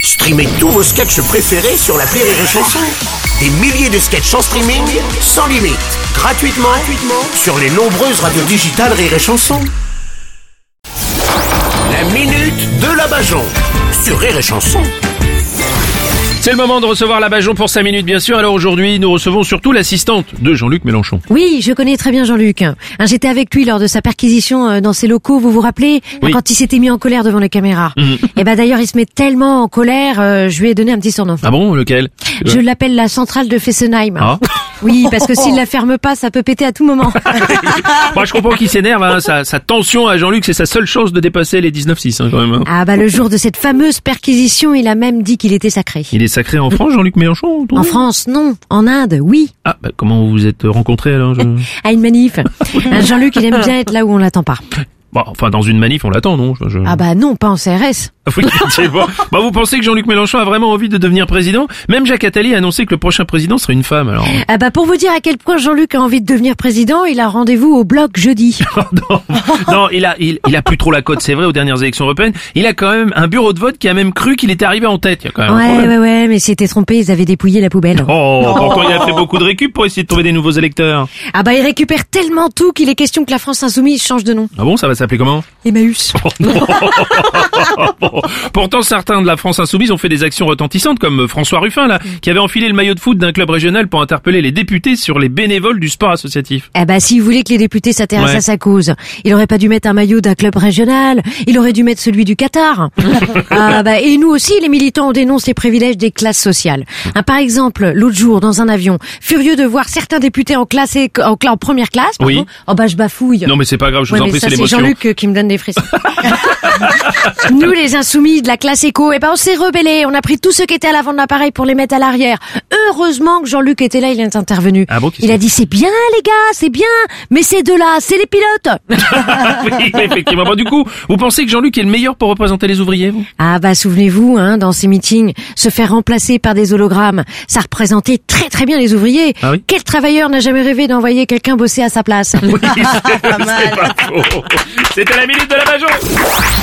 Streamez tous vos sketchs préférés sur la Rire et Chanson. Des milliers de sketchs en streaming, sans limite, gratuitement, gratuitement sur les nombreuses radios digitales Rire et Chanson. La minute de la Bajon sur Rire et Chanson. C'est le moment de recevoir la Bajon pour 5 minutes, bien sûr. Alors aujourd'hui, nous recevons surtout l'assistante de Jean-Luc Mélenchon. Oui, je connais très bien Jean-Luc. Hein, J'étais avec lui lors de sa perquisition euh, dans ses locaux, vous vous rappelez Hein, Oui. Mhm. Quand il s'était mis en colère devant les caméras. Et ben d'ailleurs, il se met tellement en colère, euh, je lui ai donné un petit surnom. Ah bon, lequel Euh, Je l'appelle la centrale de Fessenheim. Ah. Oui, parce que s'il la ferme pas, ça peut péter à tout moment. Moi, je comprends qu'il s'énerve. Hein. Sa, sa tension à Jean-Luc, c'est sa seule chance de dépasser les 19-6 hein, quand même. hein. ah bah le jour de cette fameuse perquisition, il a même dit qu'il était sacré. Il est sacré en France, Jean-Luc Mélenchon toi En France, non. En Inde, oui. Ah, bah, comment vous vous êtes rencontrés alors je- À une manif. Hein, Jean-Luc, il aime bien être là où on l'attend pas. Ah. Bon, Enfin, dans une manif, on l'attend, non Je- je- Ah bah non, pas en CRS. Oui, c'est bon. Bah, vous pensez que Jean-Luc Mélenchon a vraiment envie de devenir président Même Jacques Attali a annoncé que le prochain président serait une femme. Alors, Ah bah pour vous dire à quel point Jean-Luc a envie de devenir président, il a rendez-vous au bloc jeudi. non, non, il a, il, il a plus trop la cote, c'est vrai, aux dernières élections européennes. Il a quand même un bureau de vote qui a même cru qu'il était arrivé en tête. Il y a quand même un Ouais, problème. ouais, ouais, mais s'étaient trompés, ils avaient dépouillé la poubelle. Oh, pourtant il a fait beaucoup de récup pour essayer de trouver des nouveaux électeurs. Ah bah ils récupèrent tellement tout qu'il est question que la France insoumise change de nom. Ah bon, ça va s'appeler comment Oh. Emmaüs. Pourtant, certains de la France insoumise ont fait des actions retentissantes, comme François Ruffin, là, qui avait enfilé le maillot de foot d'un club régional pour interpeller les députés sur les bénévoles du sport associatif. Ah bah s'il voulait que les députés s'intéressent Ouais. à sa cause, il aurait pas dû mettre un maillot d'un club régional, il aurait dû mettre celui du Qatar. ah bah et nous aussi les militants on dénonce les privilèges des classes sociales. Hein, par exemple, l'autre jour dans un avion, furieux de voir certains députés en classe et- en, cla- en première classe, pardon. Oui. Oh bah je bafouille. Non, mais c'est pas grave, je vous Ouais, en mais prie, ça, c'est c'est l'émotion. Jean-Luc euh, qui me donne des frissons. Nous, les insoumis de la classe éco, eh ben, on s'est rebellés. On a pris tous ceux qui étaient à l'avant de l'appareil pour les mettre à l'arrière. Heureusement que Jean-Luc était là, il est intervenu. Ah bon, qu'est-ce il a qu'il- dit, c'est bien, les gars, c'est bien, mais ces deux-là, c'est les pilotes. oui, effectivement. Bon, du coup, vous pensez que Jean-Luc est le meilleur pour représenter les ouvriers, vous Ah, bah, souvenez-vous, hein, dans ces meetings, se faire remplacer par des hologrammes, ça représentait très, très bien les ouvriers. Ah oui Quel travailleur n'a jamais rêvé d'envoyer quelqu'un bosser à sa place? Oui, c'est c'est pas faux. C'était la minute de la major.